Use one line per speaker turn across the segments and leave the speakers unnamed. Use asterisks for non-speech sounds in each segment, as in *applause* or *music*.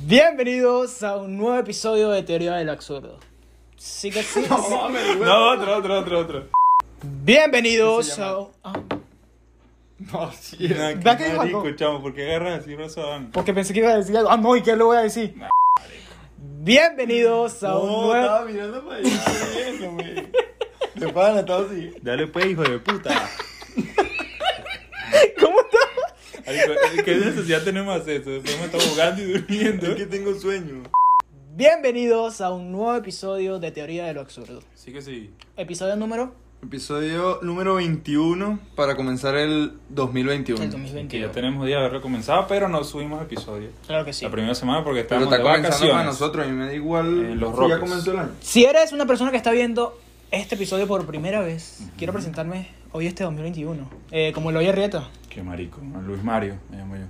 Bienvenidos a un nuevo episodio de Teoría del Absurdo. Sí que sí.
*laughs* No, otro, otro,
*laughs*
otro, otro.
Bienvenidos
Se llama-
a. ah,
No, sí. Nada,
¿Verdad que dijo algo?
escuchamos, porque agarras así razón.
porque pensé que iba a decir algo. Ah, no, ¿y qué le voy a decir? Bienvenidos a un nuevo.
mirando para allá,
*laughs*
güey.
Te pagan a todos y.
Dale pues, hijo de puta.
¿Cómo estás?
Ay, ¿Qué necesidad tenemos de hacer eso? Después me estamos jugando y durmiendo.
Es que tengo sueño.
Bienvenidos a un nuevo episodio de Teoría de lo Absurdo.
Sí que sí.
Episodio número.
Episodio número 21 para comenzar el 2021.
El
Mm, Que ya
2021.
tenemos día de haber comenzado, pero no subimos episodios.
Claro que sí.
La primera semana porque
Pero
estábamos
está
de
comenzando
vacaciones.
para nosotros, a mí me da igual.
Eh, los
si ya
Rockers.
comenzó el año.
Si eres una persona que está viendo este episodio por primera vez, quiero presentarme hoy este 2021. eh, como lo oye Rieta.
Qué marico. Luis Mario, me llamo yo.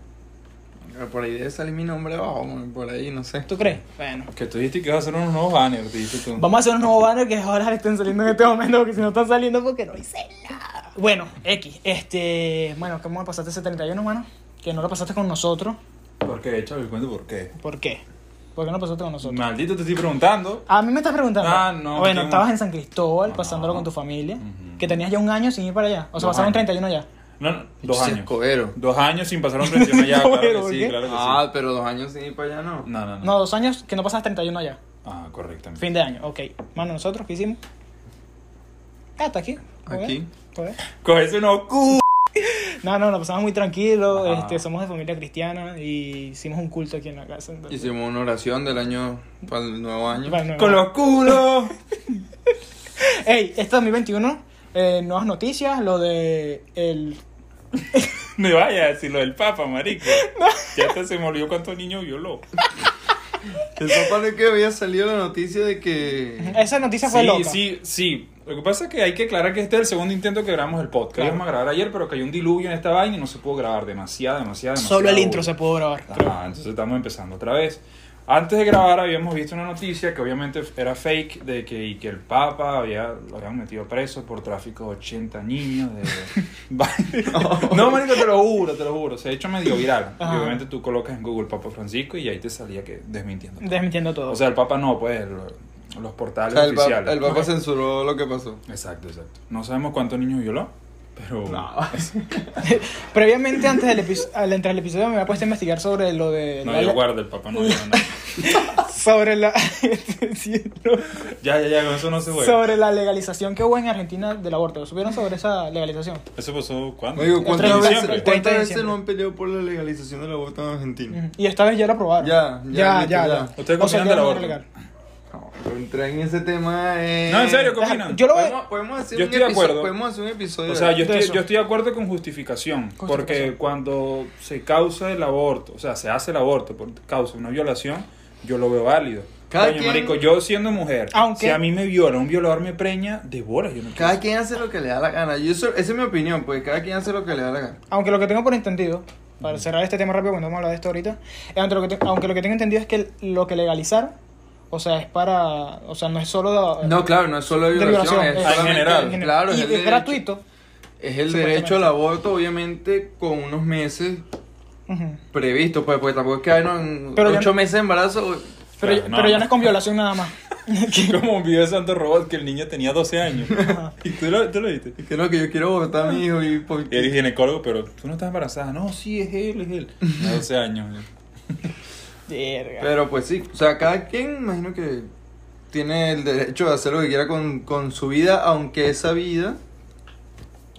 Pero Por ahí debe salir mi nombre abajo, man, por ahí, no sé.
¿Tú crees? Bueno.
Que tú dijiste que vas a hacer unos nuevos banners, dijiste tú.
Vamos a hacer un nuevo banner que ahora le estén saliendo en este momento, porque si no están saliendo, porque no hice nada. Bueno, X, este. Bueno, ¿cómo lo pasaste ese 31, mano? Que no lo pasaste con nosotros.
¿Por qué? Chaval, cuento por qué.
¿Por qué? ¿Por qué no lo pasaste con nosotros?
Maldito, te estoy preguntando.
A mí me estás preguntando.
Mm. Ah, no,
Bueno,
que-
estabas en San Cristóbal
Ah,
pasándolo
no.
con tu familia.
Ujú.
Que tenías ya un año sin ir para allá. O sea,
Dos
pasaron
años.
31 ya.
No, no, dos
Ese
años.
Escobero.
Dos años sin pasar un 31
*laughs*
ya,
No,
claro
pero,
que
¿por
sí,
qué?
claro que
Ah,
sí.
pero dos años sin ir para allá no.
No, no, no.
No, dos años que no pasabas 31 allá.
Ah, correctamente.
Fin de año, ok. Mano, ¿nosotros qué hicimos? Ah, está aquí. ¿Lo
Aquí.
ves? ¿Lo ves?
Coge ese no cu.
No, no, nos pasamos muy tranquilos,
Ajá.
este, somos de familia cristiana y hicimos un culto aquí en la casa. entonces-
Hicimos una oración del año para el nuevo año.
Bueno,
Con los
*laughs*
culos.
Ey, este 2021, eh, nuevas noticias, lo de el...
Me vaya a decir lo del papa, marico. Ya hasta se me olvidó cuántos niños violó.
El papá de que había salido la noticia de que.
Esa noticia fue
sí,
loca.
sí, sí. Lo que pasa es que hay que aclarar que este es el segundo intento que grabamos el podcast.
Claro.
Íbamos a grabar ayer, pero cayó un diluvio en esta vaina y no se pudo grabar demasiado, demasiado, demasiado.
Solo el intro se pudo grabar.
Ajá, entonces estamos empezando otra vez. Antes de grabar habíamos visto una noticia que obviamente era fake de que, y que el Papa había, lo habían metido preso por tráfico de 80 niños.
*laughs*
De... *laughs* no, marico, te lo juro, te lo juro. Se ha hecho medio viral. Y
Ajá.
obviamente tú colocas en Google Papa Francisco y ahí te salía que desmintiendo. todo.
Desmintiendo todo.
O sea, el Papa no, pues lo- los
O
portales
sea, el, pa-
oficiales.
el papá censuró lo que pasó.
Exacto, exacto. No sabemos cuántos niños violó, pero...
Previamente, antes del episodio, al entrar al episodio, me había puesto a investigar sobre lo de...
No,
la-
yo guardo, el Papa no violó
*laughs*
nada.
sobre la... *laughs* Sí, no.
Ya, ya, ya, con eso no se juega.
sobre la legalización que hubo en Argentina del aborto. ¿Lo supieron sobre esa legalización?
¿Eso pasó cuándo?
Me digo,
Otra
¿cuántas
vez,
veces,
el
Diciembre.
30
¿cuántas
de
veces
diciembre.
no han peleado por la legalización del aborto en Argentina?
Y esta vez ya lo aprobaron.
Ya,
ya, ya.
ya, listo,
ya.
ya.
¿Ustedes
O sea,
consideran
ya
del
no
aborto?
es legal.
No, pero entrar en ese tema es...
No, en serio, ¿qué
Deja-
opinan?
yo lo voy-
Podemos, podemos hacer
Yo
un
estoy de
episodio-
acuerdo.
Podemos hacer un episodio.
O sea, yo
de
estoy,
eso.
yo estoy de acuerdo con justificación,
Justificación.
porque cuando se causa el aborto, o sea, se hace el aborto por causa de una violación, yo lo veo válido.
Cada
Coño,
quien-
marico, yo siendo mujer,
Aunque-
si a mí me viola, un violador me preña, devora, yo no quiero
Cada quien hace lo que le da la gana. Yo eso- esa es mi opinión, pues cada quien hace lo que le da la gana.
Aunque lo que tengo por entendido, para cerrar este tema rápido, cuando vamos a hablar de esto ahorita, eh, aunque lo que, te- aunque lo que tengo entendido es que lo que legalizaron, o sea, es para. O sea, no es solo. de-
No, claro, no es solo
de
violación.
violación, es-
es
Ah, en
solamente-
general.
Claro,
y
es
es
el derecho-
gratuito.
Es el
Supuestamente.
derecho al aborto, obviamente, con unos meses
Ujú.
previstos, pues, pues tampoco es que hay no, en
Pero ya
ocho
no-
meses de embarazo.
Pero,
Claro, no,
pero ya
no. *laughs*
no es con violación nada más.
Como un video de Santo Robot que el niño tenía 12 años.
*laughs* Ajá.
*laughs* y tú lo, tú lo viste.
Que no, que yo quiero abortar a mi hijo y por
Y el ginecólogo, pero tú no estás embarazada. No, sí, es él, es él. Tenía 12 años.
Verga.
*laughs* Pero pues sí, o sea, cada quien imagino que tiene el derecho de hacer lo que quiera con, con su vida, aunque esa vida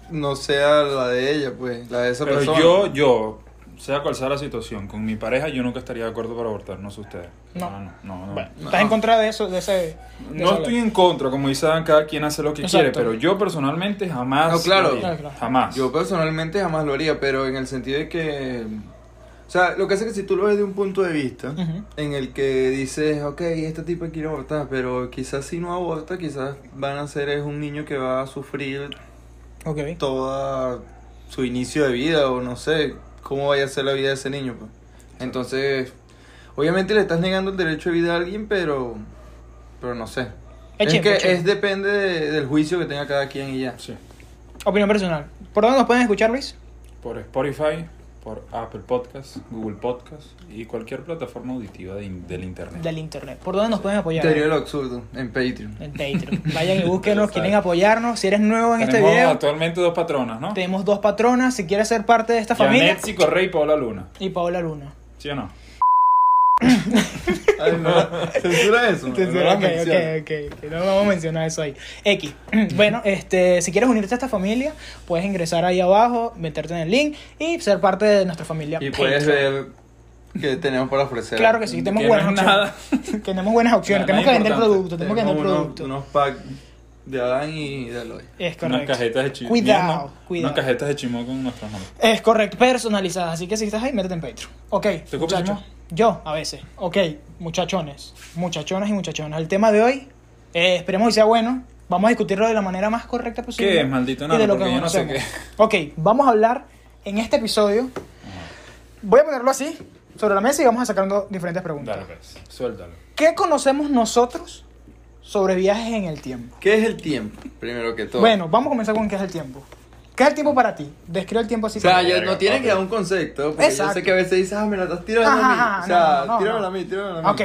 no sea la de ella, pues, la de esa
Pero
persona.
yo, yo, sea cual sea la situación, con mi pareja yo nunca estaría de acuerdo para abortar, no sé ustedes.
No.
no, no. no, no.
Bueno,
No.
¿Estás en contra de eso? De ese, de
No
esa
estoy
ley?
en contra, como dice Adán, cada quien hace lo que
Exacto.
quiere, pero yo personalmente jamás.
No, claro.
lo haría.
Claro, claro.
Jamás.
Yo personalmente jamás lo haría, pero en el sentido de que... O sea, lo que hace que si tú lo ves de un punto de vista
Ujú.
en el que dices, ok, este tipo quiere abortar, pero quizás si no aborta, quizás van a ser es un niño que va a sufrir
Ok.
toda su inicio de vida o no sé cómo vaya a ser la vida de ese niño. pues. Entonces, obviamente le estás negando el derecho de vida a alguien, pero pero no sé.
Es
Es,
chévere, es
que
chévere.
es depende de- del juicio que tenga cada quien y ya.
Sí.
Opinión personal. ¿Por dónde nos pueden escuchar, Luis?
Por Spotify, por Apple Podcast, Google Podcast y cualquier plataforma auditiva de in- del internet.
del internet. ¿Por dónde nos pueden apoyar?
Interior lo absurdo en Patreon.
En Patreon. Vayan y búsquenos, quieren apoyarnos. Si eres nuevo en este
Tenemos
video,
actualmente dos patronas, ¿no?
tenemos dos patronas. Si quieres ser parte de esta familia,
Janet Correa y Paola Luna.
y Paola Luna.
¿Sí o no?
Ay, no, *laughs* censura eso. man, no la
Ok,
menciones.
ok, ok, ok. No vamos a mencionar eso ahí. X. *clears throat* Bueno, este, si quieres unirte a esta familia, puedes ingresar ahí abajo, meterte en el link y ser parte de nuestra familia.
Y
*laughs*
puedes
Patreon.
ver que tenemos para ofrecer.
Claro que sí, tenemos
Que
buenas
no es
opciones.
nada. *laughs*
Tenemos buenas opciones.
Nada, nada
tenemos que vender
importante.
producto, tenemos que vender
unos,
producto.
unos packs de Adán y de Aloy.
Es
Unas
correcto.
cajetas de chimo.
Cuidado,
Mira, no,
cuidado.
Unas cajetas de chimo con nuestros nombres.
Es correcto, personalizadas. Así que si estás ahí, métete en Patreon. Ok,
¿Te ocupas,
muchachos.
Chimo?
Yo, a veces. Ok, muchachones. Muchachonas y muchachonas. El tema de hoy, eh, esperemos que sea bueno. Vamos a discutirlo de la manera más correcta posible.
¿Qué es, maldito
y
nano?
de lo que
Porque yo no sé
conocemos. Ok, vamos a hablar en este episodio. Voy a ponerlo así, sobre la mesa y vamos a sacando diferentes preguntas.
Dale, pues. Suéltalo.
¿Qué conocemos nosotros sobre viajes en el tiempo?
¿Qué es el tiempo? Primero que todo.
Bueno, vamos a comenzar con qué es el tiempo. ¿Qué es el tiempo para ti? Describe el tiempo así.
O sea,
para ti.
ya
Verga,
no tiene
papi.
que dar un concepto. Porque
Exacto.
yo sé que a veces dices, ah, me la estás tirando
Ajá,
a mí. O sea,
no, no, no,
tíramela
no.
a mí, tíramela a mí.
Ok.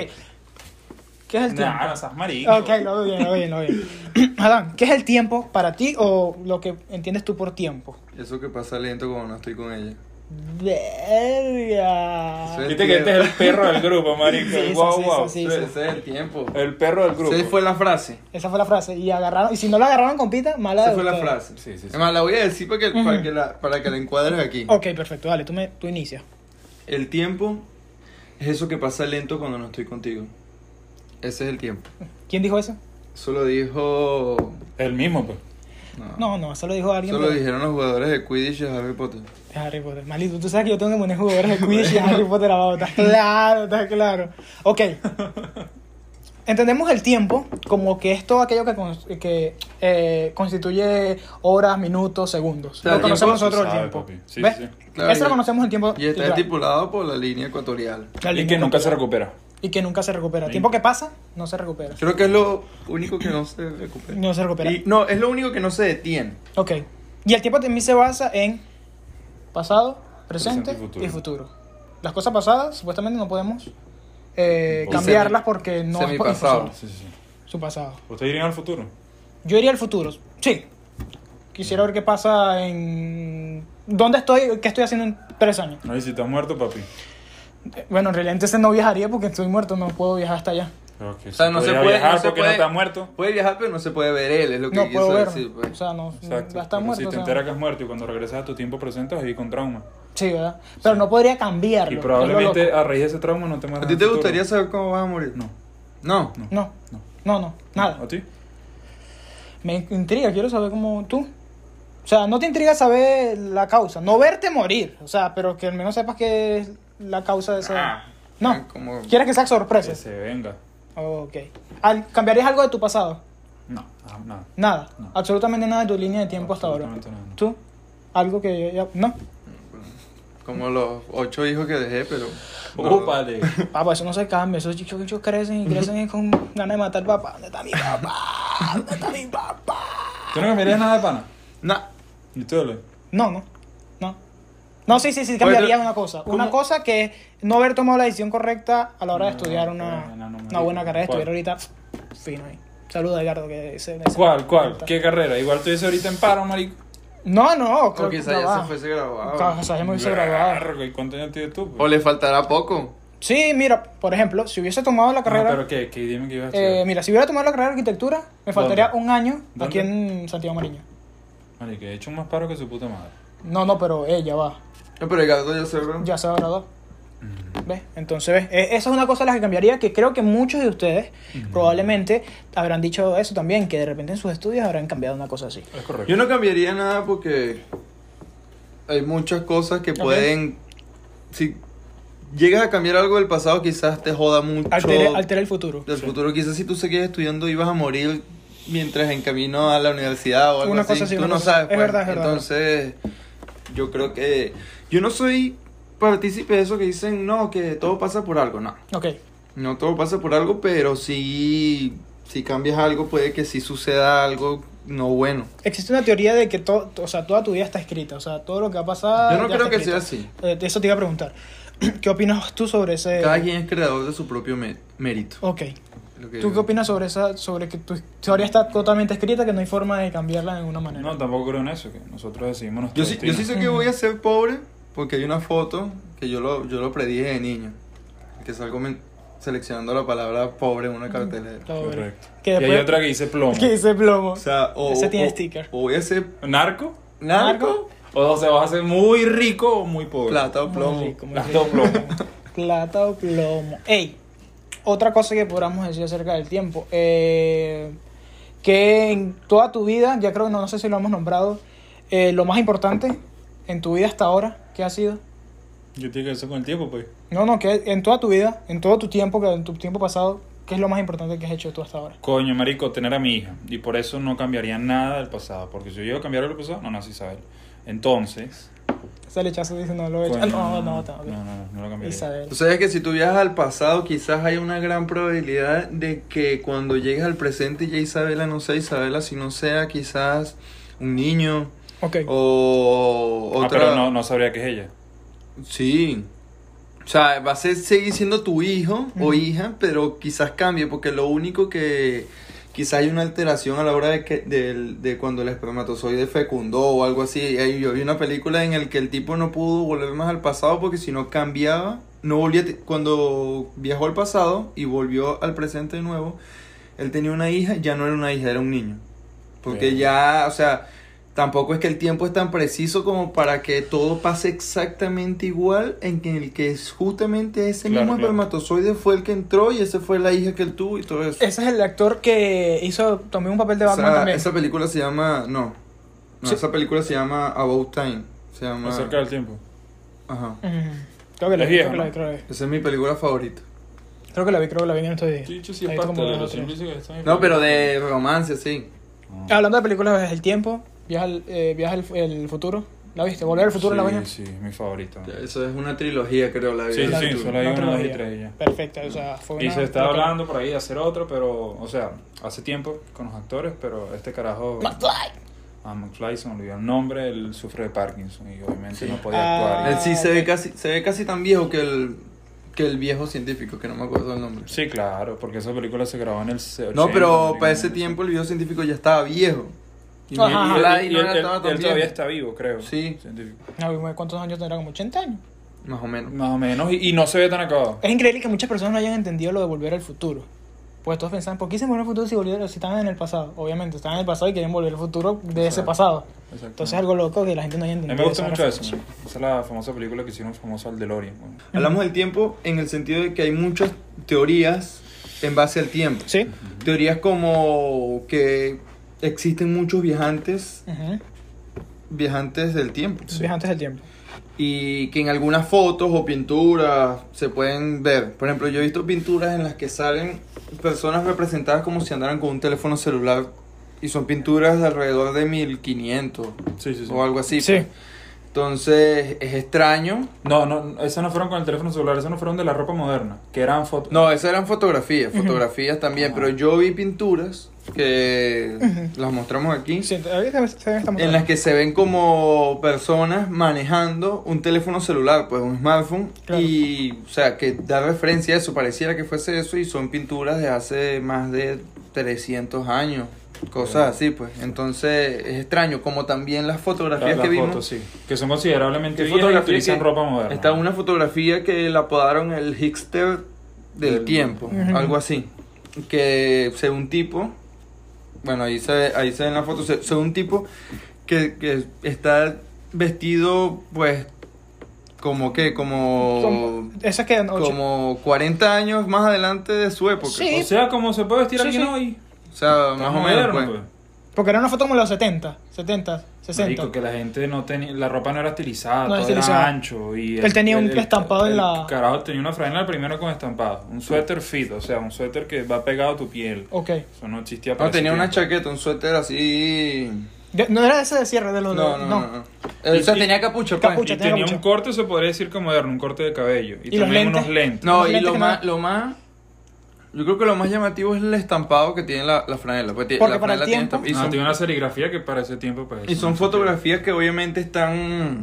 ¿Qué es el tiempo?
Nah, no seas marico.
Ok, lo veo bien, lo veo bien, lo veo bien. *clears throat* Adán, ¿qué es el tiempo para ti o lo que entiendes tú por tiempo?
Eso que pasa lento cuando no estoy con ella.
Verga.
Soy-
Viste que este es el perro del grupo, marico.
Sí, sí,
wow,
sí,
wow.
sí, sí.
Ese ese es el tiempo.
El perro del grupo.
Esa fue la frase.
Esa fue la frase. Y agarraron, y si no la agarraron con pita, mala
Esa
de
fue la
ustedes.
frase.
Sí, sí, sí.
Además, la voy a decir para que, para
Ujú.
que, la, para que la encuadres aquí.
Ok, perfecto, dale, tú, me, tú inicias.
El tiempo es eso que pasa lento cuando no estoy contigo. Ese es el tiempo.
¿Quién dijo eso?
Eso lo dijo.
El mismo, pues.
No, no, eso lo dijo alguien.
Eso lo
pero-
dijeron los jugadores de Quidditch de Harry Potter.
de Harry Potter. Malito, tú sabes que yo tengo que poner jugadores de Quidditch y Harry Potter abajo.
*laughs*
Está claro, está claro. Ok. Entendemos el tiempo como que es todo aquello que, cons- que eh, constituye horas, minutos, segundos.
O sea,
lo
el tiempo
conocemos nosotros el
sabe,
tiempo.
papi. Sí,
¿Ves?
sí,
Claro,
Eso lo
y-
conocemos el tiempo.
Y este está
literal.
estipulado por la línea ecuatorial.
La
Y
línea
que nunca
ecuatorial.
se recupera.
Y que nunca se recupera.
Sí.
Tiempo que pasa, no se recupera.
Creo que es lo único que no se recupera.
No se recupera.
Y- no, es lo único que no se detiene.
Ok. Y el tiempo también se basa en pasado, presente,
Presente y futuro.
y futuro. Las cosas pasadas, supuestamente, no podemos eh,
Y
cambiarlas
semi-
porque no es
semipasado.
posible.
Sí, sí, sí.
su pasado.
¿Ustedes irían al futuro?
Yo iría al futuro. Sí. Quisiera ver qué pasa en... ¿Dónde estoy? ¿Qué estoy haciendo en tres años?
No, y si estás muerto, papi.
Eh, Bueno, en realidad entonces no viajaría porque estoy muerto, no puedo viajar hasta allá.
Creo que
O sea, no se
podría
puede-
viajar
no se
porque no
puede-
estás muerto.
Puede viajar, pero no se puede ver él, es lo que
No
quiso
puedo verme.
decir. pues.
O sea, no,
Exacto.
ya está
Porque
muerto.
Si
o
te
sea.
enteras que has muerto y cuando regresas a tu tiempo presente vas a vivir con trauma.
Sí, ¿verdad? Pero no podría cambiarlo.
Y
es lo
probablemente
loco.
a raíz de ese trauma no te mueras.
¿A
en
ti
el
te
futuro.
gustaría saber cómo vas a morir?
No.
No.
No.
No,
No.
no, no, nada.
¿A ti?
Me intriga, quiero saber cómo tú. O sea, no te intriga saber la causa. No verte morir. O sea, pero que al menos sepas que es la causa de esa.
Ah,
no.
ah, como-
Quieres que sea sorpresa.
Que se venga.
Ok. Al- ¿Cambiarías algo de tu pasado?
No, nada, Ah, nada.
Nada.
No.
Absolutamente nada de tu línea de tiempo hasta ahora.
Absolutamente nada.
¿Tú? Algo que ya- No.
Como los ocho hijos que dejé, pero.
Úpale.
Ah, pues eso no se cambia. Esos chichos bichos crecen y crecen
*laughs*
y con ganas de matar al papá. ¿Dónde está mi papá? ¿Dónde está mi papá?
¿Tú no cambiarías nada de pana?
No.
¿Y tú, Ale?
No, no. No. No, sí, sí,
Pues,
sí,
Oye,
cambiaría
pero-
una cosa.
¿cómo?
Una cosa que es no haber tomado la decisión correcta a la hora de
No,
estudiar una,
bueno, no, no,
una
marico.
buena carrera.
¿Cuál?
Estuviera ahorita pff, fino ahí. Saludos, Edgardo, que se... se-
¿Cuál, cuál?
ahorita.
¿Qué carrera? Igual tú dices ahorita en paro, marico.
No, no, creo
O
que
quizás
no
ya
va.
se fuese grabado.
Quizás ya me hubiese graduado.
Verga, ¿Y cuántos años tienes tú? pues?
O le faltará poco.
Sí, mira, por ejemplo, si hubiese tomado la
No,
carrera...
Ah, pero ¿qué? ¿Qué? Dime que ibas a
eh,
estudiar.
mira, si hubiera tomado la carrera de arquitectura, me faltaría
¿Dónde?
un año
¿Dónde?
aquí en Santiago Mariño.
Marico, he hecho más paro que su puta madre.
No, no, pero ella va.
No, pero el gato ya se grabó.
Ya se ha graduado.
Mm.
¿Ves? Entonces, ¿ves? E- Esa es una cosa de las que cambiaría, que creo que muchos de ustedes probablemente habrán dicho eso también, que de repente en sus estudios habrán cambiado una cosa así.
Es correcto.
Yo no cambiaría nada porque hay muchas cosas que pueden. Si llegas a cambiar algo del pasado, quizás te joda mucho.
Altera, altera el futuro.
Del futuro, quizás si tú seguías estudiando, ibas a morir mientras en camino a la universidad o algo
Una
así.
cosa así,
tú
una
no
cosa-
sabes. pues.
es verdad, es verdad.
Entonces, yo creo que. Yo no soy partícipe de eso que dicen, no, que todo pasa por algo. No.
Ok.
No todo pasa por algo, pero sí si cambias algo puede que sí suceda algo no bueno.
Existe una teoría de que todo, o sea, toda tu vida está escrita, o sea, todo lo que ha pasado.
Yo no
Ah, ya
creo
está
que sea
escrito.
así.
Eh, de eso te iba a preguntar. *clears throat* ¿Qué opinas tú sobre ese?
Cada quien es creador de su propio mé- mérito.
Ok.
Lo que
Oh, ¿Tú
yo-
qué opinas sobre esa, sobre que tu historia está totalmente escrita, que no hay forma de cambiarla de ninguna manera?
No, tampoco creo en eso, que nosotros decidimos nuestro
Yo sí, yo sí
destino.
sé que voy a ser pobre porque hay una foto que yo lo, yo lo predije de niño. Que salgo men- seleccionando la palabra pobre en una cartelera.
Lo veré.
Correcto.
Que
Y hay
después-
otra que dice plomo.
*laughs* Que dice plomo.
O sea, o,
Ese tiene
o-
sticker.
o voy a ser
¿Narco?
narco,
O se va a hacer muy rico o muy pobre.
plata o
Muy
plomo.
rico, muy
Plata
rico. *laughs*
o plomo.
Plata o plomo. Ey, otra cosa que podamos decir acerca del tiempo. eh, que en toda tu vida, ya creo que no, no sé si lo hemos nombrado, eh, lo más importante en tu vida hasta ahora, ¿qué ha sido?
Yo tengo que eso con el tiempo, pues.
No, no, que en toda tu vida, en todo tu tiempo, que en tu tiempo pasado, ¿qué es lo más importante que has hecho tú hasta ahora?
Coño, marico, tener a mi hija. Y por eso no cambiaría nada del pasado. Porque si yo llego a cambiar algo del pasado, no nací Isabel. Entonces.
Se le echazo dice, no lo he hecho.
coño,
no, no,
no,
no,
no, no, no lo cambiaría.
Isabel.
Tú sabes que si tú viajas al pasado, quizás hay una gran probabilidad de que cuando llegues al presente ya Isabela no sea Isabela, sino sea quizás un niño
Ok.
o
Ah,
otra.
pero no, no sabría que es ella.
Sí. O sea, va a ser, seguir siendo tu hijo
Ujú.
o hija, pero quizás cambie, porque lo único que quizás hay una alteración a la hora de, que, del- de cuando el espermatozoide fecundó o algo así. Hay- Yo vi una película en el que el tipo no pudo volver más al pasado porque si no cambiaba, no volvía, te- cuando viajó al pasado y volvió al presente de nuevo, él tenía una hija, ya no era una hija, era un niño. Porque
Bien.
ya, o sea, Tampoco es que el tiempo es tan preciso como para que todo pase exactamente igual en que el que es justamente ese
Claro,
mismo
claro.
espermatozoide fue el que entró y esa fue la hija que él tuvo y todo eso.
Ese es el actor que hizo también un papel de
O
Batman
sea,
también.
esa película se llama... No. No,
Sí.
esa película se llama About Time. Se llama...
Acerca del tiempo.
Ajá.
Ujú. Creo que la
Es
vi, creo
viejo,
que la vi,
¿no?
creo que la vi.
Esa es mi película favorita.
Creo que la vi, creo que la vi en estos días.
Chicho, sí,
La he
es
visto como
pastelero,
dos o
siempre
tres.
dice que está bien.
No, pero de romance, sí.
No.
Hablando de películas del tiempo, viaja al, eh, viaja al el futuro. ¿La viste? ¿Volver al futuro la
Sí,
viste?
sí, mi favorito.
Eso es una trilogía, creo, la
Sí,
vida.
sí,
Tú.
solo hay
Una
una, dos y
trilogía.
tres y ya.
Perfecto, o sea, fue
Y
una-
se está
creo que-
hablando por ahí de hacer otro, pero, o sea, hace tiempo con los actores, pero este carajo. McFly. A McFly se me olvidó el nombre, él sufre de Parkinson y obviamente
Sí.
no podía actuar.
Ah.
Él sí se ve casi, se ve casi tan viejo que el, que el viejo científico, que no me acuerdo el nombre.
Sí, claro, porque esa película se grabó en el. 80,
No, pero para ese
digamos.
tiempo el video científico ya estaba viejo. Y
Y,
Ajá, ajá.
Fly
él- y
no
él-
era-
él-
estaba tan
él todavía
viejo.
está vivo, creo.
Sí.
Científico.
No, ¿Cuántos años tendrá? Como 80 años.
Más o menos.
Más o menos, y, y no se ve tan
Eh,
acabado.
Es increíble que muchas personas no hayan entendido lo de volver al futuro. Pues todos pensaban, ¿por qué se volver al futuro si, volvieron, si estaban en el pasado? Obviamente, estaban en el pasado y querían volver al futuro de ese
Exacto.
pasado.
Exacto.
Entonces es algo loco que la gente no haya
A mí
entendido.
me gusta
esa
mucho eso.
referencia.
man. Esa es la famosa película que hicieron famosa al DeLorean. man.
Hablamos del tiempo en el sentido de que hay muchas teorías en base al tiempo.
¿Sí?
Teorías como que existen muchos viajantes,
Ujú.
viajantes del tiempo.
Viajantes del tiempo.
Y que en algunas fotos o pinturas se pueden ver. Por ejemplo, yo he visto pinturas en las que salen personas representadas como si andaran con un teléfono celular. Y son pinturas de alrededor de 1500
Sí, sí, sí.
o algo así.
Sí.
Entonces es extraño.
No, no, esas no fueron con el teléfono celular, esas no fueron de la ropa moderna, que eran fotos.
No, esas eran fotografías, fotografías también,
Ah.
pero yo vi pinturas que
Ujú.
las mostramos aquí,
Sí, ahorita se ven
en las que se ven como personas manejando un teléfono celular, pues un smartphone,
Claro.
y o sea, que da referencia a eso, pareciera que fuese eso, y son pinturas de hace más de 300 años, cosas así, pues. Entonces es extraño, como también las fotografías
La- las
que vimos.
fotos, sí. Que son considerablemente
¿Qué
viejas y
fotografía
utilizan
que-
ropa moderna.
Está una fotografía que la apodaron el hipster del
Del-
tiempo,
Ujú.
algo así. Que se ve un tipo, bueno, ahí se, ve- ahí se ve en la foto, se, se ve un tipo que, que está vestido, pues, como que, como,
Esas quedan ocho.
como 40 años más adelante de su época.
Sí.
O sea, como se puede vestir
Sí,
alguien
sí.
hoy.
O sea, más o menos,
Moderno,
pues.
pues.
Porque era una foto como de los 70, 70, 60.
Marico, que la gente no tenía, la ropa no era estilizada,
No
todo
era estilizada.
era ancho. Y
Él tenía un estampado en
el
la-
Carajo, tenía una franela primero con estampado. Un suéter fit, o sea, un suéter que va pegado a tu piel.
Ok.
Eso no existía para
No,
ese
tenía una
tiempo.
chaqueta, un suéter así...
De- no era ese de cierre de
No,
los
no, no. no. Eh,
Y-
O sea,
y-
tenía capucha, pues.
Capucha.
Y
tenía
tenía
capucha.
un corte, se podría decir que moderno, un corte de cabello. Y,
¿Y los
también
lentes?
unos lentes.
No,
Unos
y
lentes
lo
que no-
más, lo más Yo creo que lo más llamativo es el estampado que tiene la, la franela. pues tiene-
Porque
la
para el
franela tiene
tiempo-
estamp- y
No,
son-
tiene Ah, una serigrafía que para ese tiempo pues,
y son
no se
fotografías que obviamente están
tiene.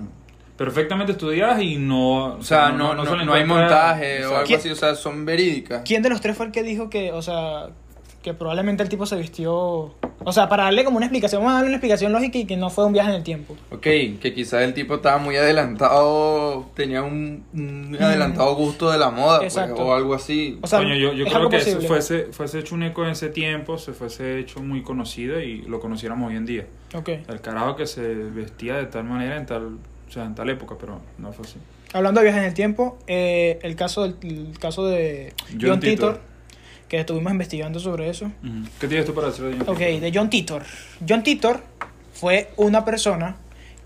perfectamente estudiadas y no,
O sea, no, no,
se le
no hay
encuentra-
montaje o
Exacto.
algo
¿Quién-
así, o sea, son verídicas.
¿Quién de los tres fue el que dijo que, o sea, que probablemente el tipo se vistió. O sea, para darle como una explicación, vamos a darle una explicación lógica y que no fue un viaje en el tiempo.
Ok, que quizás el tipo estaba muy adelantado, tenía un, un adelantado gusto de la moda pues,
Mm. Exacto.
o algo así.
O sea,
Coño, yo, yo
es
creo
algo
que
posible.
eso fuese, fuese hecho un eco en ese tiempo, se fuese hecho muy conocido y lo conociéramos hoy en día.
Ok.
El carajo que se vestía de tal manera en tal, o sea, en tal época, pero no fue así.
Hablando de viajes en el tiempo, eh, el caso del el caso de
John
John, Titor,
Titor,
que estuvimos investigando sobre eso.
¿Qué tienes tú para decir de John
Ok,
Titor?
de John Titor. John Titor fue una persona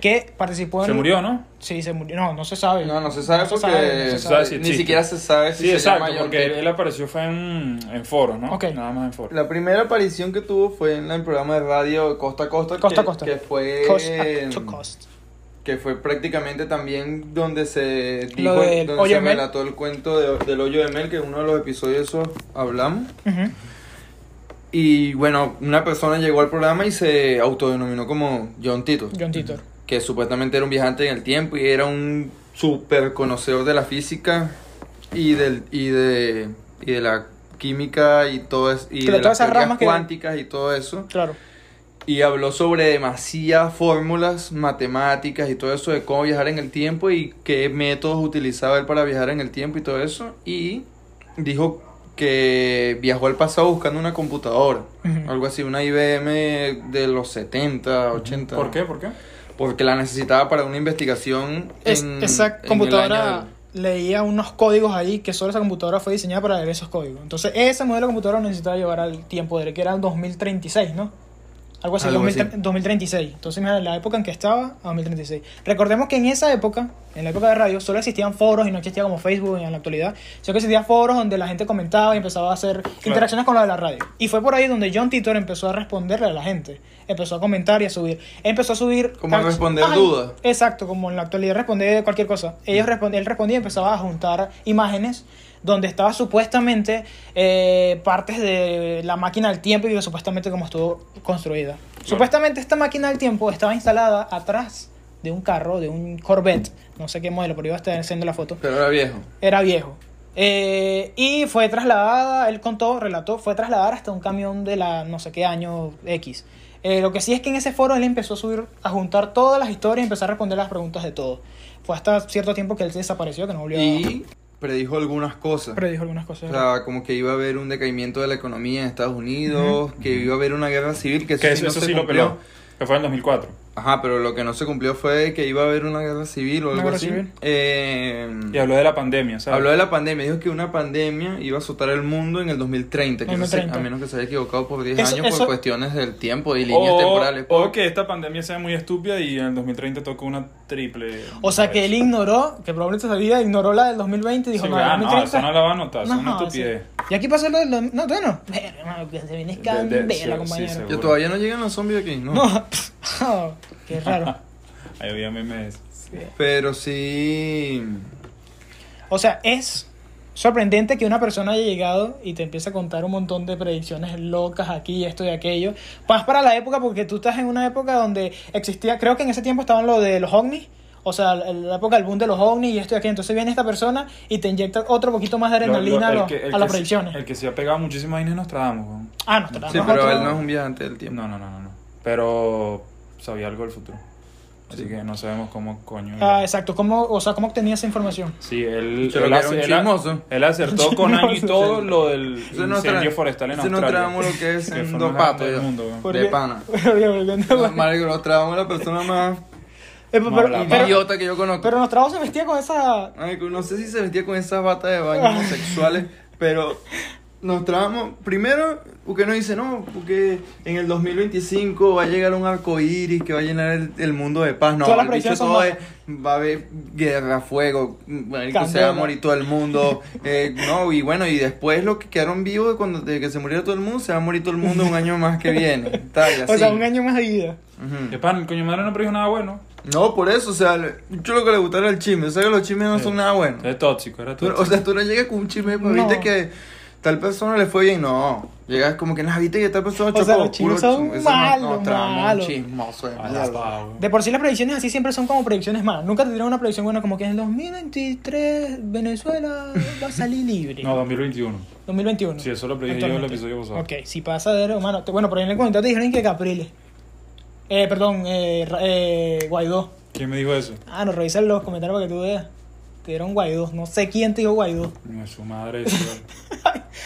que participó en...
Se murió, ¿no?
Sí, se murió. No, no se sabe.
No, no se sabe
No se
porque
sabe, no se sabe.
si
ni
existe.
siquiera se sabe si
Sí,
se
exacto,
llama John
porque
Titor.
él apareció fue en, en foros, ¿no?
Ok.
Nada más en foros.
La primera aparición que tuvo fue en el programa de radio Costa a Costa,
Costa a
que,
Costa.
que fue
Cost to cost.
que fue prácticamente también donde se dijo,
Lo del
donde
hoyo
se
de Mel.
relató el cuento de- del hoyo de Mel, que en uno de los episodios esos hablamos.
Ujú.
Y bueno, una persona llegó al programa y se autodenominó como John Titor,
John Titor.
que supuestamente era un viajante en el tiempo y era un super conocedor de la física y del y de y de la química y todo es- y
Claro,
de
todas
las
esas
teorías
ramas que-
cuánticas y todo eso
Claro.
y habló sobre demasiadas fórmulas matemáticas y todo eso de cómo viajar en el tiempo y qué métodos utilizaba él para viajar en el tiempo y todo eso. Y dijo que viajó al pasado buscando una computadora,
Ujú.
algo así, una IBM de los 70, 80.
¿Por qué? ¿Por qué?
Porque la necesitaba para una investigación.
Es-
en- en
esa
el
computadora
año del-
leía unos códigos ahí que solo esa computadora fue diseñada para leer esos códigos. Entonces, ese modelo de computadora lo necesitaba llevar al tiempo de que era el 2036, ¿no? Algo así,
Algo
2000
así.
2036. Entonces, mira, la época en que estaba, a 2036. Recordemos que en esa época, en la época de radio, solo existían foros y no existía como Facebook en la actualidad, sino que existían foros donde la gente comentaba y empezaba a hacer interacciones con lo de la radio. Y fue por ahí donde John Titor empezó a responderle a la gente. Empezó a comentar y a subir. Empezó a subir...
Como a
cacho-
responder dudas.
Exacto, como en la actualidad responde cualquier cosa. Ellos respond- él respondía y empezaba a juntar imágenes donde estaba supuestamente eh, partes de la máquina del tiempo y de supuestamente cómo estuvo construida. Supuestamente esta máquina del tiempo estaba instalada atrás de un carro, de un Corvette, no sé qué modelo, pero iba a estar haciendo la foto
Pero era viejo.
era viejo. Eh, y fue trasladada, él contó, relató, fue trasladada hasta un camión de la no sé qué año X. Eh, lo que sí es que en ese foro él empezó a subir, a juntar todas las historias y empezó a responder las preguntas de todos. Fue hasta cierto tiempo que él se desapareció, que no volvió
Y predijo algunas
a...
cosas.
Predijo algunas cosas.
O sea, como que iba a haber un decaimiento de la economía en Estados Unidos, que iba a haber una guerra civil, que eso,
Que
sí
eso,
no
eso
se
sí lo
cumplió.
peló. Que fue en 2004.
Ajá, pero lo que no se cumplió fue que iba a haber una guerra civil o
Una
algo
guerra
así.
civil.
Eh,
Y habló de la pandemia, ¿sabes?
habló de la pandemia, dijo que una pandemia iba a azotar el mundo en el 2030, que eso se-
2030.
a menos que se haya equivocado por 10
Eso-
años
eso-
por cuestiones del tiempo
Oh,
y líneas temporales.
o,
pues.
o que esta pandemia sea muy estúpida y en el 2030 toca una triple.
O sea, que él ignoró, que probablemente sabía, ignoró la del 2020 y dijo,
Sí,
no,
ah, no,
2030".
esa no la va a anotar, eso es una
No,
estupidez.
sí. Y aquí pasó lo del... No, todavía no. Verga, mano, que se viene
De- de-
escandela,
sí,
compañero.
sí, seguro.
Yo todavía no llegan los zombies aquí, ¿no?
No, *laughs* oh, qué
*laughs*
raro.
Ahí había memes.
Sí.
Pero sí...
O sea, es sorprendente que una persona haya llegado y te empiece a contar un montón de predicciones locas aquí, esto y aquello. Más para la época, porque tú estás en una época donde existía, creo que en ese tiempo estaban lo de los ovnis. O sea, el- la época del boom de los ovnis y esto y aquello. Entonces viene esta persona y te inyecta otro poquito más de
Lo- lo-
adrenalina
el
a, los-
que- el
a las
que se-
predicciones.
El que se ha pegado muchísimas vainas es Nostradamus. weón.
Ah, no,
Sí, pero él no es un viajante del tiempo.
No, no, no, no, no. Pero sabía algo del futuro. Así que no sabemos cómo coño.
Ah, exacto. ¿Cómo, o sea, ¿cómo tenía esa información?
Sí, él,
Yo lo
él,
que
ac-
era un
él ac-
chismoso.
él
*laughs*
acertó con año y
Chismoso.
todo lo del
Ese no
incendio
tra-
forestal en
ese no
Australia.
trabamos lo que
*laughs*
es
Que
en
fue
dos
más grande
patos,
del
yo.
mundo, weón.
¿Por
De
qué? *laughs*
pana.
Eh,
Mario, lo trabamos la persona más
pero, pero,
Mala-
pero,
idiota que yo conozco.
pero Nostradamus se vestía con esa...
Ay, no sé si se vestía con esas batas de baño homosexuales, pero nos trabamos. Primero, porque no dice, no, porque en el 2025 va a llegar un arco iris que va a llenar el, el mundo de paz. No,
Todas las
el bicho
predicciones son
todo
malas.
es- va a haber guerra, fuego, marico, se va
Candela.
a morir todo el mundo. eh, no, y bueno, y después los que quedaron vivos de cuando de que se muriera todo el mundo, se va a morir todo el mundo un año más que viene. Tal, y
*laughs*
así.
O sea, un año más de vida.
Ujú.
Que pan, coño madre no predijo nada bueno.
No, por eso, o sea, yo lo que le gustaba era el chisme. O sea, que los chismes no
Sí.
son nada buenos.
Es tóxico, era
Tú-
tóxico.
o sea, tú no llegas con un chisme, pues,
No.
viste que tal persona le fue bien. No. Llegas como que, nah, viste que tal persona chocó.
sea, los
puro
chinos son
chismo. Eso no-
malos,
No, tramo,
malos.
chismoso de
Ah,
mierda.
pavo.
De por sí las predicciones así siempre son como predicciones malas. Nunca te tiran una predicción buena como que en el 2023 Venezuela va a salir libre.
No, 2021.
2021.
Sí, eso lo predije yo en el
Actualmente.
episodio pasado.
Ok, si pasa de humano. Bueno, por ahí en el comentario te dijeron que Capriles. Eh, perdón, eh, Ra- eh, Guaidó.
¿Quién me dijo eso?
Ah, no, revisa los comentarios para que tú veas. Te dieron Guaidó. No sé quién te dijo Guaidó.
Coño de su madre. eso.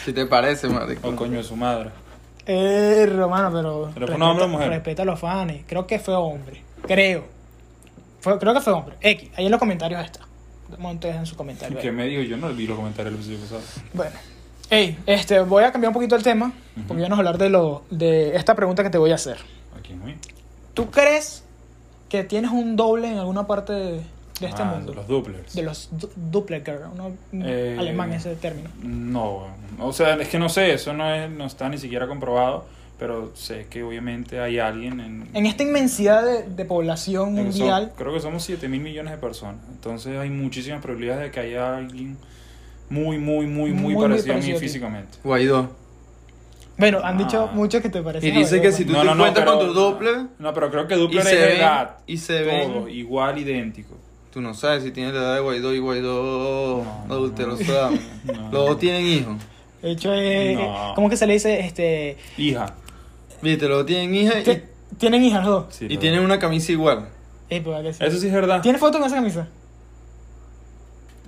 Si te parece, marico. *laughs*
O coño de su madre.
Eh, Romano, pero.
¿Pero fue un hombre o mujer?
Respeta a los fans. Creo que fue hombre. Creo. Fue- creo que fue hombre. X, ahí en los comentarios está. Montes en su comentario. ahí.
¿Quién me dijo? Yo no vi los comentarios del episodio pasado.
Bueno. Ey, este, voy a cambiar un poquito el tema. Porque vamos a hablar de, lo, de esta pregunta que te voy a hacer.
Aquí muy.
¿Tú crees que tienes un doble en alguna parte de, de este
Ah,
mundo?
Los duplers.
De los du Doppelgänger, uno
Eh,
alemán ese término.
No, weón. o sea, es que no sé, eso no, es, no está ni siquiera comprobado, pero sé que obviamente hay alguien en...
En esta inmensidad de, de población
en que son-
mundial,
creo que somos 7 mil millones de personas, entonces hay muchísimas probabilidades de que haya alguien muy, muy, muy,
Muy,
muy,
muy parecido
parecido, a
a
mí
ti.
físicamente.
Guaidó.
bueno, han dicho
Ah.
muchos que te parecen.
Y dice que
abuelos,
si
bueno.
tú te encuentras con tu Doppler
No, pero creo que Doppler
y
es
se ven,
edad,
y se
todo,
ven.
igual, idéntico.
Tú no sabes si tienes la edad de Guaidó y Guaidó
No, no,
adultero.
no.
sabe.
No.
Los dos tienen hijos.
De hecho, es.
No. Eh,
¿Cómo que se le dice? Este,
Hija.
Viste, los dos tienen hijas
ti-
eh.
y,
Tienen hijas los dos.
Sí,
y
lo-
tienen una camisa igual.
Ey, pues, ¿a que sí?
Eso sí es verdad.
¿Tienes foto con esa camisa?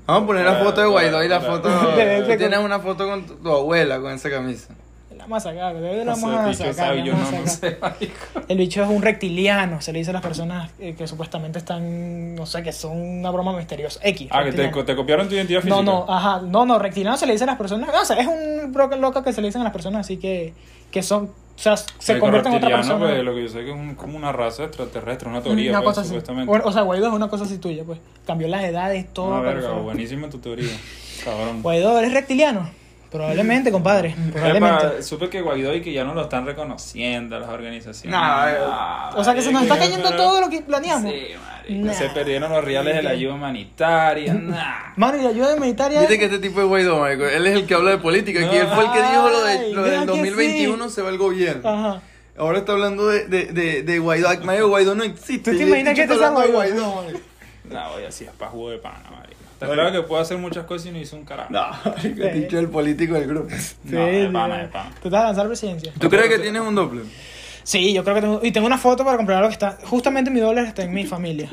Vamos a poner la foto de Guaidó y la foto.
*laughs* De- de-
Tú tienes una foto con tu, tu abuela con esa camisa.
La vamos a sacar, de la
No sé,
vamos a
bicho,
sacar.
sabe,
la
yo
vamos a
no, no
sacar.
sé, marico.
El bicho es un reptiliano, se le dice a las personas eh, que supuestamente están, no sé, que son una broma misteriosa. X.
Ah, que te,
reptiliano.
co- te copiaron tu identidad física.
No, no, ajá. No, no, reptiliano se le dice a las personas. No, o sea, es un broca loca que se le dicen a las personas así que, que son. O sea, se
Marico,
convierten en otra
reptiliano,
persona.
pues, lo que yo sé que es un- como una raza extraterrestre, una teoría,
una
pues,
cosa así.
supuestamente.
Bueno, o sea, Guaidó es una cosa así tuya, pues. Cambió las edades, todo.
Una verga,
pero-
buenísima
*laughs*
tu teoría. Cabrón.
Guaidó, ¿eres reptiliano? Probablemente, compadre.
Epa,
Probablemente.
supe que Guaidó y que ya no lo están reconociendo las organizaciones. Ah,
Nah, eh,
O sea, que se nos está cayendo todo lo que planeamos.
eh, Sí, marico.
Nah.
Se perdieron los reales de la ayuda humanitaria. Nah.
*laughs* Mano, y la ayuda humanitaria.
Viste que este tipo es Guaidó, marico. Él es el que habla de política. Aquí él fue el que dijo lo, de, lo
Ay, vea
del
que
2021 se va el gobierno.
Ajá.
Ahora está hablando de, de, de, de Guaidó. Ay, Mario, Guaidó no existe.
¿Tú te
Y el
imaginas
bicho
que
está
este sea
hablando de
Guaidó?
marico?
Nah, voy así, es pa' jugo de pana, marico. Está claro que puedo hacer muchas cosas y no hice un carajo.
*laughs* No, marico, el bicho es el político del grupo.
No, de
Sí,
pana,
sí.
de pana.
¿Tú estás a lanzar presidencia?
¿Tú crees *laughs* que tienes un doble?
Sí, yo creo que tengo. Y tengo una foto para comprobar lo que está. Justamente mi dólar está en mi familia.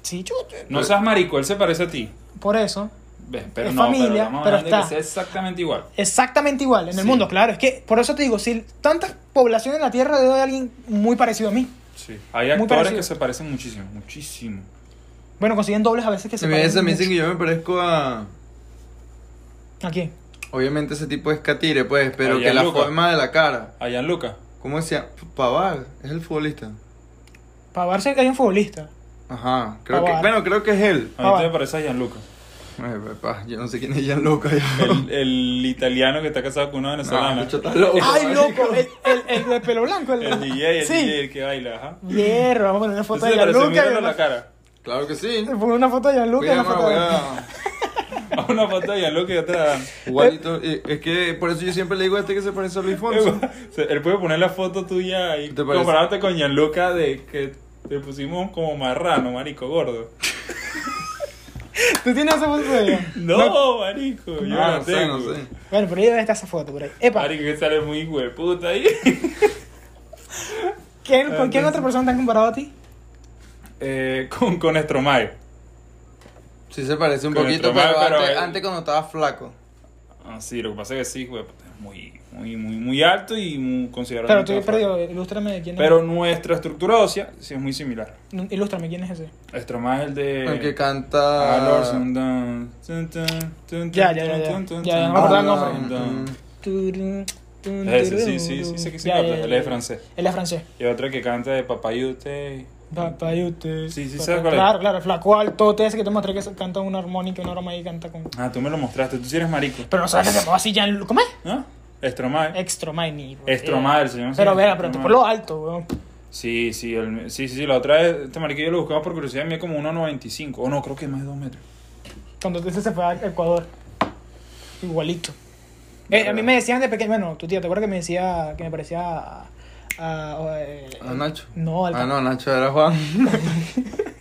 Sí, chute.
No seas marico, él se parece a ti.
Por eso.
Ves, Pero
Es
no,
familia,
pero, estamos
pero
hablando de
está.
que sea exactamente igual.
Exactamente igual en el
Sí.
mundo, claro. Es que por eso te digo, si tantas poblaciones en la Tierra debe de alguien muy parecido a mí.
Sí. Hay
Muy
actores
parecido.
que se parecen muchísimo, muchísimo.
Bueno, consiguen dobles a veces que se
Se me,
parecen
se me dicen
mucho.
que yo me parezco a.
¿A quién?
Obviamente ese tipo es catire, pues, pero
Oye,
que la
Luca.
forma de la cara.
A Gianluca.
¿Cómo decía? Pavar, es el futbolista.
Pavarse hay un futbolista.
Ajá, creo que,
Pavar.
bueno, creo que es él.
A
Ah,
mí
va.
te me parece a Gianluca.
Ay, papá, Eh, yo no sé quién es Gianluca. Yo. *laughs*
*laughs*
El, el italiano que está casado con una
No,
venezolana.
el bicho está loco,
¡Ay,
marico.
loco! El, el, el de pelo blanco. El,
el DJ, el
sí.
DJ, el que baila, ajá.
Hierro, vamos a poner una
Entonces
foto de
se parece,
Gianluca.
míralo
y
en la
una-
cara.
Claro que sí.
Poner una foto de Gianluca. y
Cuidado,
una foto de- *laughs*
weá.
A una foto de Gianluca y otra de Adam.
Igualito, eh, es que por eso yo siempre le digo a este que se parece a Luis Fonso.
Se- Él puede poner la foto tuya y
¿Te parece?
compararte con Gianluca de que te pusimos como marrano, marico, gordo.
¿Tú tienes esa foto de ella?
No, marico, yo
Ah,
no,
no sé,
tengo.
no sé.
Bueno, pero ahí debe estar esa foto por ahí. Epa,
Marico, que sale muy hueputa ahí. *laughs*
¿quién- ¿con quién otra persona te han comparado a ti?
Eh, con, con Stromae.
Sí se parece un
Con el
poquito,
tromado,
pero,
pero
antes,
él-
antes cuando estaba flaco.
Ah, sí, lo que pasa es que sí, hueputa, es muy, muy, muy, muy alto y muy considerado.
Claro, estoy perdido. Ilústrame de quién
Pero nuestra estructura ósea sí es muy similar.
es. Ilústrame quién es ese.
Stromae es el de...
El que
Ah,
canta...
Lords and Dun, tun, tun, tun,
Ya, ya,
tun,
ya, ya.
tun, tun,
Ya, ya,
tun,
me acordaba el
tun,
nombre.
tun,
Mm.
tun.
Turun, tun,
Ese,
turun.
sí, sí, sí, sí, que sí,
Ya,
habla,
ya, ya,
él
ya.
es francés.
Él es francés.
Y otra que canta de Papayute.
Papá y usted.
Sí, sí,
Papá-
¿sabes cuál es?
Claro, claro, el flaco alto, te ese que te mostré que canta una armónica, una broma y canta con.
Ah, tú me lo mostraste, tú sí eres marico.
Pero no sabes que se llamaba así Jan. ¿Cómo es?
¿No? Estromae.
Extromae, ni. güey.
Estromae, el señor.
Eh, Pero
sí,
verá, pero
Stromae.
por lo alto, weón.
Sí, sí, el- sí, sí, sí, la otra vez, este marico yo lo buscaba por curiosidad, mía como 1.95. O no, creo que es más de 2 metros.
Cuando ese se fue a Ecuador. Igualito. Eh, a mí me decían de pequeño, bueno, tu tía, ¿te acuerdas que me decía que me parecía a... a- a- eh,
¿A Nacho?
No, al
Ah, no, Nacho era Juan.
*laughs*
*laughs*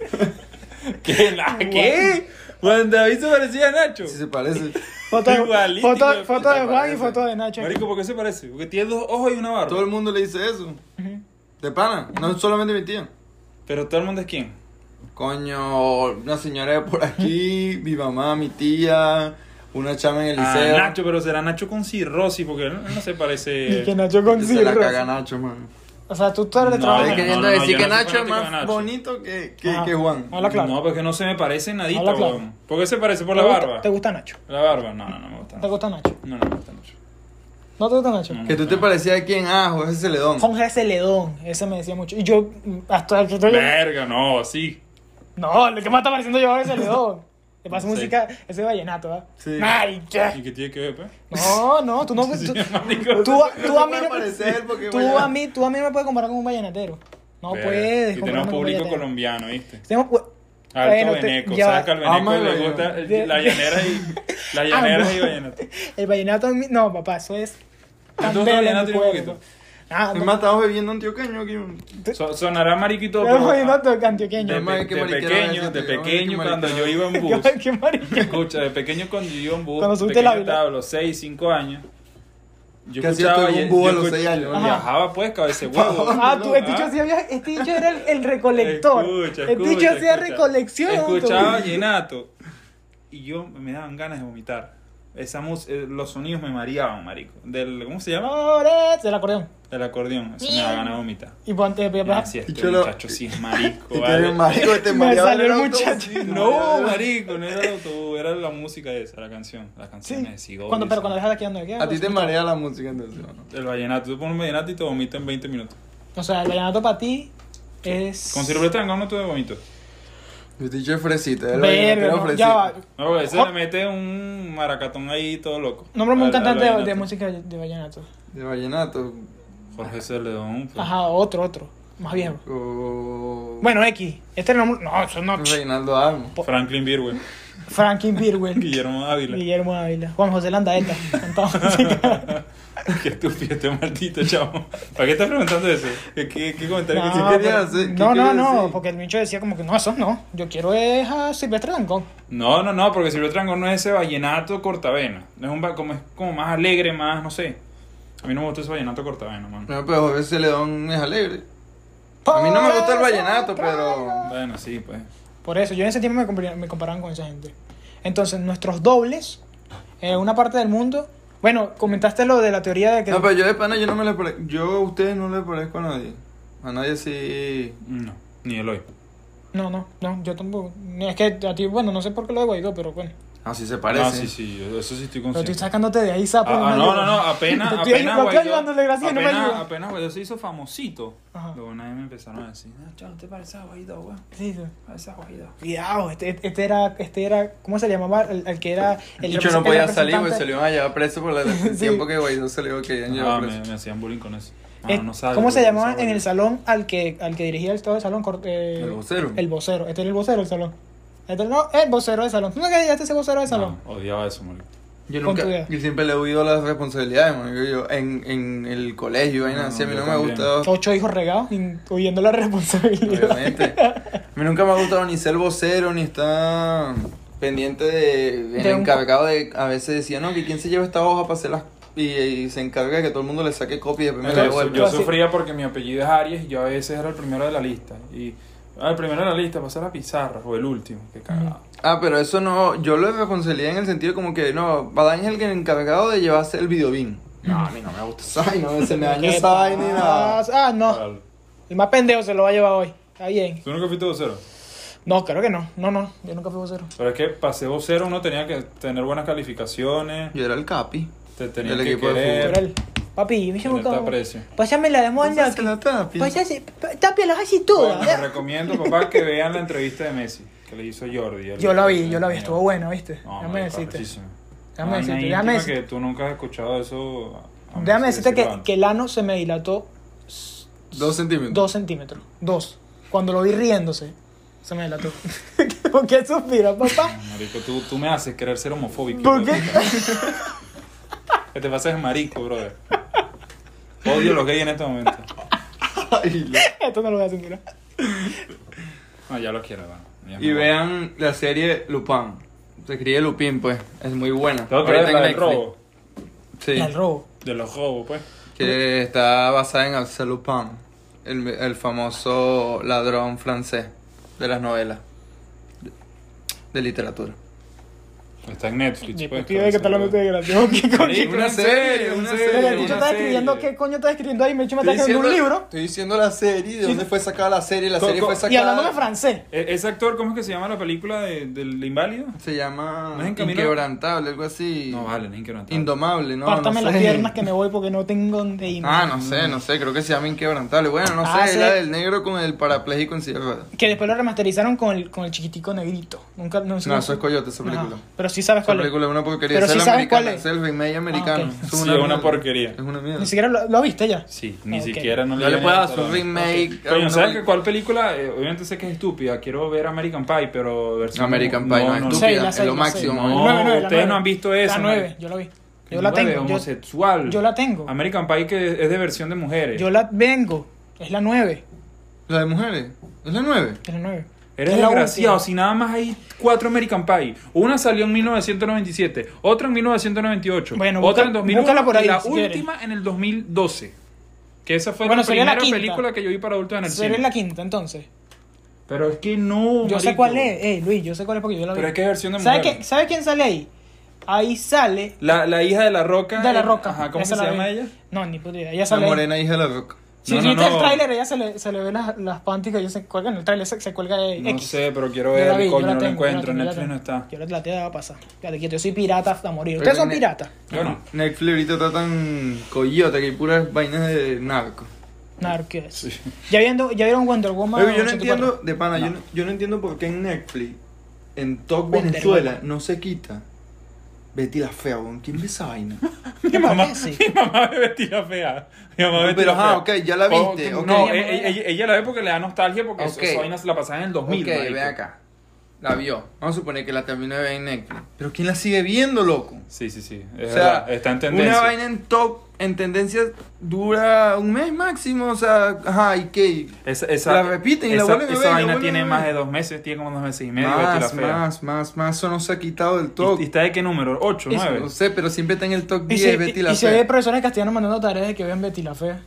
¿Qué? ¿La- ¿Qué? Juan David se parecía a Nacho.
Sí se parece.
Foto, de,
Igualito, hijo
foto,
de
foto
puta,
de Juan y
parece.
foto de Nacho.
Marico, ¿por qué se parece? Porque tiene dos ojos y una barba.
Todo el mundo le dice eso.
Ujú.
De pana. No solamente mi tía.
Pero todo el mundo es quién.
Coño, una señora de
*laughs*
por aquí, mi mamá, mi tía, una chama en el
Ah,
liceo.
Nacho, pero será Nacho con cirrosis porque él no, él no se
*laughs*
parece.
Y que Nacho
Que
con
Se la
cirros.
caga Nacho, man.
O sea, tú todo le
eh, No,
trabajas.
Estoy queriendo
Ah, no, no,
decir
yo
que
no soy
Nacho es
fanático de
más
Nacho. Ah.
bonito que, que,
Ajá.
que Juan.
Habla claro.
No, porque no se me parece nadita,
Habla claro.
weón. ¿Por qué se parece? ¿Por
¿Te
la
gusta-
barba?
¿Te gusta Nacho?
La barba, no, no, no me gusta.
¿Te gusta Nacho?
No, no me gusta Nacho.
¿No te gusta Nacho?
No.
Que tú te parecías a quién, ah, José Celedón. *laughs*
Jorge Celedón, ese me decía mucho. Y yo, mm, hasta que estoy.
Verga, no, sí.
No, lo que más está pareciendo yo es Jorge Celedón. Te pasa
Sí.
música, ese vallenato, ¿verdad?
Sí.
Marica.
¿Y qué tiene que ver, pues?
No, no, tú no. Tú,
*laughs* Sí,
tú,
marico.
a- tú a mí
puede parecer
no,
porque
tú
vaya-
a mí, tú a mí no me puedes comparar con un vallenatero. No
Verga.
puedes.
Y
compararme
tenemos
con un
público
vallenatero.
colombiano, ¿viste?
Tenemos pu-
Alto
Bueno, te-
Beneco.
ya
¿Sabes que
va.
al Beneco
Ama el
le
vallenato.
gusta
De-
el- la llanera y.
*laughs*
La llanera
Amo. *laughs*
y vallenato.
El vallenato en mi... No, papá, eso es...
gusta
tan
el
bello en
vallenato
mi
y un
cuerpo.
poquito?
Ah,
Me
no,
matado bebiendo antioqueño aquí. man.
So- sonará marico y todo.
el
pero-
vallenato
de,
antioqueño.
pe-
Mamá, qué
de
mariquera
pequeño,
eres,
de
tío. Mamá,
pequeño
qué
cuando yo
mariquera.
iba
*laughs*
en bus.
*laughs* Qué marica.
Escucha, de pequeño cuando yo iba en bus,
Cuando subiste
pequeño
la vila.
estaba a los 6, 5 años. Yo
¿Qué hacías tú en
y-
un bus
yo
a los
escuch-
seis años?
yo Viajaba pues,
*laughs*
cabeza de huevo.
Ah, tú, este
Ah.
dicho sí había... Este dicho era el, el recolector.
Escucha,
este
escucha,
dicho hacía
escucha.
recolección.
Escuchaba
*laughs* tú.
llenato. Y yo me daban ganas de vomitar. Esa mus- eh, los sonidos me mareaban, marico. Del, ¿Cómo se llama?
Flores del acordeón.
Del acordeón. Eso me daba ganas de vomitar.
Y ponte... eh,
Y así este
Cholo.
muchacho sí es *laughs* marico,
Y
vale.
que marico,
*laughs*
este
Me
mareado
salió
en
el
autobús.
muchacho.
Sí,
No,
mareado.
marico, no era el autobús, era la música esa, la canción. La canción
Sí.
es Sigo
Cuando, pero
Diciendo.
cuando dejas aquí donde queda.
A ti te marea la música entonces. ¿no?
El vallenato, tú pones un vallenato y te vomita en 20 minutos.
O sea, el vallenato para ti es...
Con Silvestre Dangond no tuve vomito.
Yo te dije fresita, el
Verga,
vallenatero
no,
fresita.
ya va.
No, porque ese
Jo-
le mete un maracatón ahí todo loco.
Nómbrame un
Al- al
cantante de, de
vallenato.
música de vallenato.
De vallenato.
Jorge Celedón. pues.
Ajá, otro, otro. Más viejo.
O...
Bueno, X. Este no... No, eso no...
Reinaldo Armo.
*laughs*
Franklin Birwell.
Franklin Birwell.
Guillermo Ávila.
Guillermo Ávila. Juan José Landaeta. cantaba
*laughs*
música.
Qué estúpido este maldito chavo. ¿Para qué estás preguntando eso? ¿Qué, qué, qué comentario
*laughs*
que
No,
hiciste?
quería
pero-
hacer? ¿Qué
no, no,
quería
no,
decir?
porque el bicho decía como que no, eso no. Yo quiero es a Silvestre Dangón.
No, no, no, porque Silvestre Dangond no es ese vallenato cortavena. No Es, un, va- como, es como más alegre, más, no sé. A mí no me gusta ese vallenato cortavena, man.
No, pero Jorge Celedón es alegre. A mí no me gusta el vallenato, pero.
Bueno, sí, pues.
Por eso, yo en ese tiempo me, compar- me comparaban con esa gente. Entonces, nuestros dobles, en una parte del mundo. Bueno, comentaste lo de la teoría de que.
No, pero yo de pana, yo no me le parezco. Yo a ustedes no le parezco a nadie. A nadie sí.
No, ni Eloy.
No, no, no, yo tampoco. Es que a ti, bueno, no sé por qué lo de Guaidó, pero bueno.
Ah, sí se
Ah,
parecen.
sí, sí, yo- eso sí estoy
Pero
consciente.
estoy sacándote de ahí, sapo.
Ah, ah, no, no, no,
Te
apenas,
estoy
apenas,
ayudando,
Guaidó-
estoy ayudando, desgraciado, no me Ah.
apenas-
ayudas.
apenas Guaidó se hizo famosito.
Ajá.
Luego nadie me empezaron a decir, "Ah, no, chao, te pareces a Guaidó, weón,
Sí, sí.
pareces a Guaidó.
Cuidado, este, este era, este era, ¿cómo se le llamaba? El, el que era el
Y yo no podía salir, pues, güey,
representante-
se lo iban a llevar
*laughs*
preso por la- el
Sí.
tiempo que Guaidó salió que iban a
Ah,
llevar
me,
preso.
me hacían bullying con eso. Mano,
Eh,
no salgo,
pues,
¿Cómo se
no
llamaba
salgo.
en el salón al que, al que dirigía el todo el salón? Cor- eh,
El vocero.
El vocero. Este era el vocero del salón. Este no, el vocero del salón. ¿Tú no llegaste ese vocero del salón?
No, odiaba eso, marico.
Yo
con tu idea.
nunca, yo siempre le he huido a las responsabilidades, man. Yo, yo, en, en el colegio, vaina,
No,
así, a mí
yo
no me ha
también.
gustado.
Ocho hijos regados, in- huyendo la responsabilidad. *laughs*
Obviamente. A mí nunca me ha gustado ni ser vocero, ni estar pendiente de, del
De un-
encargado de... A veces decía, no, que quién se lleva esta hoja para hacer las... Y, y se encarga de que todo el mundo le saque copia y después me la
Yo,
devuelve.
yo
Yo sí.
sufría porque mi apellido es Aries y yo a veces era el primero de la lista. Y ah, el primero de la lista pasó a la pizarra o el último. Qué cagado.
Ah, pero eso no... Yo lo responsabilidad en el sentido como que, no, Badán es el que encargado de llevarse el videobin. No, a mí no me gusta *laughs* esa vaina, se me daña
¿Qué
esa vaina y nada.
pasa? Ah, no.
Tal.
El más pendejo se lo va a llevar hoy. Está bien.
¿Tú nunca fuiste vocero?
No, creo que no. No, no. Yo nunca fui vocero.
Pero es que pasé vocero uno tenía que tener buenas calificaciones,
Yo era el capi.
te tenía
Del
que
equipo de
querer,
Pero él, papi, me llamo
tenerte
todo.
aprecio.
Pásame la demonio
Entonces,
aquí.
la tapia.
Pásase, pa- tapia las así
Bueno, les
todas.
recomiendo, papá, que vean la entrevista de Messi que le hizo Jordi. El-
Yo la vi, yo la vi.
el-
Estuvo buena, ¿viste?
No,
Déjame
marico,
decirte.
arrechísimo.
Déjame
Vaina
decirte,
íntima
déjame decirte.
que tú nunca has escuchado eso. a- a
Déjame
Messi
decirte que,
decirlo antes.
que el ano se me dilató
Dos centímetros.
dos centímetros. Dos. Cuando lo vi riéndose, se me dilató. *laughs* ¿Por qué suspira, papá?
No, Marico, tú, tú me haces querer ser homofóbico.
¿Por qué?
Que te pases de marico, brother. Odio los gays en este momento.
Ay, la-
*laughs* Esto no lo voy a censurar.
No, ya los quiero, hermano. Ya me
Y
voy.
vean la serie Lupin. Se escribe Lupin, pues. Es muy buena.
Tengo que
Ahorita
ver la
en
del
Netflix.
robo.
Sí.
El robo.
De los robos, pues.
Que está basada en Arsène Lupin, el, el famoso ladrón francés de las novelas. De, de literatura.
Está en Netflix, pues.
Discutido de que te lo metes de gracia. ¿Qué coño?
Marico, en serio, en serio,
Pero tú
una
estás escribiendo,
serie.
¿qué coño estás escribiendo ahí? Me he hecho me estás escribiendo un libro.
Estoy diciendo la serie, de dónde fue sacada la serie. La
Co-
serie
co-
fue
y
sacada.
Y hablando de francés.
E- Ese actor, ¿cómo es que se llama la película de- del inválido?
Se llama
¿No es en camino?
Inquebrantable, algo así.
No, vale, no es inquebrantable. *laughs*
Indomable, ¿no?
Pártame
no
las
sé.
piernas que me voy porque no tengo donde irme.
Ah, no sé, no sé, creo que se llama Inquebrantable. Bueno, no
Ah, sí.
sé, es la del negro con el parapléjico en silla de ruedas.
Que después lo remasterizaron con el, con el chiquitico negrito. Nunca, no,
No, eso es Coyote, esa película.
Ajá, Pero sí sabes
Esa
cuál es.
película es una porquería.
Pero
esa
sí
es la
sabes cuál
americana,
es.
es el remake americano.
Ah, ok.
Es
Sí, es
*laughs*
una porquería.
Es una mierda.
Ni siquiera lo, lo viste ya.
Sí, ni
Ok.
siquiera no le
No le
viene
puedes
a
hacer un
Tarantino.
remake.
Ok. Coño,
Una
¿sabes
peli-
que cuál película? Eh, obviamente sé que es estúpida. Quiero ver American Pie, pero. versión-
American Pie no es
La
estúpida.
seis, la
es
seis,
lo
la seis.
máximo.
La
No,
nueve, nueve, la
ustedes
nueve.
no han visto eso,
La 9,
marico.
yo la vi.
Que
Yo la
no
tengo.
es
Yo,
homosexual.
yo la tengo.
American Pie que es de versión de mujeres.
yo la vengo. Es la 9.
¿La de mujeres? ¿Es la 9?
Es la 9.
Eres
Es la
desgraciado,
última.
si nada más hay cuatro American Pie. Una salió en 1997, otra en 1998,
Bueno,
otra
busca-
en 2001
búscala por ahí,
y la
si quieres.
última en el 2012. Que esa fue
Bueno,
la
sería
primera
la quinta.
película que yo vi para adultos en el
Pero
cine.
es la quinta, entonces.
Pero es que no,
Yo sé
marico.
cuál es. Eh, Luis, yo sé cuál es porque yo la vi.
Pero es que es versión de
¿Sabe,
mujer.
qué- ¿Sabe quién sale ahí? Ahí sale
La, la hija de la roca. eh,
de la roca.
Ajá, ¿cómo
Esa
se
la
llama
vi.
ella?
No, ni puta idea. Ella
La
sale. ahí.
morena hija de la roca.
Si
No, no,
viste
no.
el tráiler, ella se le, se le ve las, las panties que ellos se cuelgan. En el tráiler se, se cuelga de
No
Eh, X.
sé, pero quiero
Yo la
ver,
vi, yo
coño,
la
no lo
tengo, yo la
encuentro,
tengo, yo
en
la
Netflix no
tengo.
está.
Yo la- la te va a pasar. Fíjate quieto, yo soy pirata a morir.
Pero
Ustedes son
ne-
piratas.
Yo no.
Netflix ahorita está tan coyote que hay puras vainas de narco.
Narcos. ¿Ya, viendo, ¿Ya vieron Wonder Woman?
Oye, yo no
84?
entiendo, de pana, yo,
No.
no, yo no entiendo por qué en Netflix, en Top
Wonder
Venezuela,
Woman.
no se quita Betty la Fea, weón. ¿Quién ve esa vaina?
*laughs*
¿Qué
Mi mamá,
parece?
*laughs* mi mamá ve vestida fea. Mi mamá ve
No,
vestida
pero,
fea.
ah, ok, ya la
Oh,
viste, ok.
No,
Mi mamá
ella, ella- ella la ve porque le da nostalgia porque
Ok.
esa- esa vaina se la pasaba en el 2000. marico.
La vio. Vamos a suponer que la terminó de ver en Netflix. Pero ¿quién la sigue viendo, loco?
Sí, sí, sí.
O
Es
sea,
verdad, está en tendencia.
una vaina en top, en tendencia, dura un mes máximo, o sea, ajá, ¿y qué?
Esa, esa,
La repiten y la
esa-
vuelven a
esa
ver, la
vaina
vuelven a
tiene
ver.
más de dos meses, tiene como dos meses y medio. Betty la
más,
fea.
más, más, más, eso no se ha quitado del top.
¿Y, y está de qué número? ¿8,
Eso,
9?
no sé, pero siempre está en el top
Y
10
se,
Betty
y-
la
y se ve
Fea.
profesores castellanos mandando tareas de que vean Betty la Fea.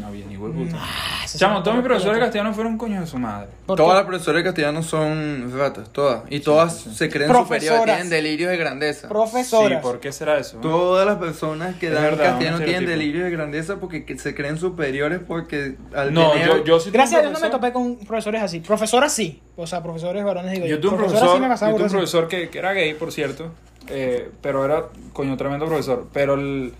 No había ni hueputa.
Ah, eso
Chamo,
es
todos mis
una
profesores
locura.
castellanos fueron coño de su madre.
¿Por
Todas las
qué?
profesoras de castellano son ratas, todas. Y todas se creen
Profesoras.
superiores, tienen delirios de grandeza.
Profesoras.
Sí, ¿por qué será eso?
Todas las personas que
Es
dan
verdad,
castellano
un
tienen
estereotipo.
delirios de grandeza porque que- se creen superiores porque al
No,
tener-
yo, yo sí tuve
Gracias a
un
Dios no me
profesor-
topé con profesores así. Profesoras sí. O sea, profesores varones digo
Yo tuve un
Profesoras
profesor,
sí me pasaba
yo tuve un
burda así.
profesor que, que era gay, por cierto, eh, pero era, coño, tremendo profesor. Pero el-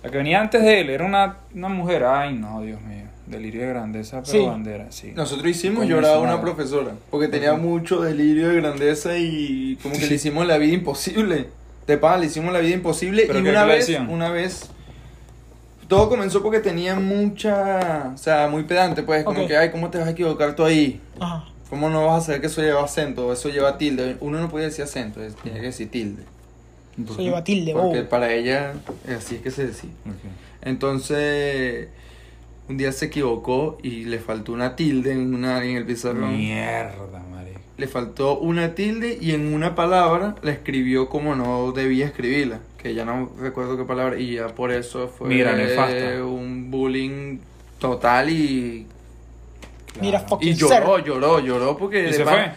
la que venía antes de él era una, una mujer, ay no, Dios mío, delirio de grandeza, pero
Sí.
bandera, sí.
Nosotros hicimos
Coño,
llorar a
su
una
madre.
profesora porque tenía mucho delirio de grandeza y como
*laughs*
que le hicimos la vida imposible. De pan, le hicimos la vida imposible
¿Pero
y
qué
una
le
vez,
decían?
una vez todo comenzó porque tenía mucha, o sea, muy pedante, pues como
Ok.
que ay, ¿cómo te vas a equivocar tú ahí?
Ajá.
¿Cómo no vas a saber que eso lleva acento? Eso lleva tilde. Uno no podía decir acento, es- tenía que decir tilde.
¿Por
Eso
qué?
lleva tilde,
Porque
bobo.
para ella así es que se decía.
Ok.
Entonces, un día se equivocó y le faltó una tilde en, una, en el pizarrón.
Mierda, marico.
Le faltó una tilde y en una palabra la escribió como no debía escribirla, que ya no recuerdo qué palabra, y ya por eso fue
Mira, nefasta.
un bullying total y,
Mira,
Claro.
fuck. Fucking
y lloró,
cero.
lloró, lloró porque...
¿Y
de
se
pana-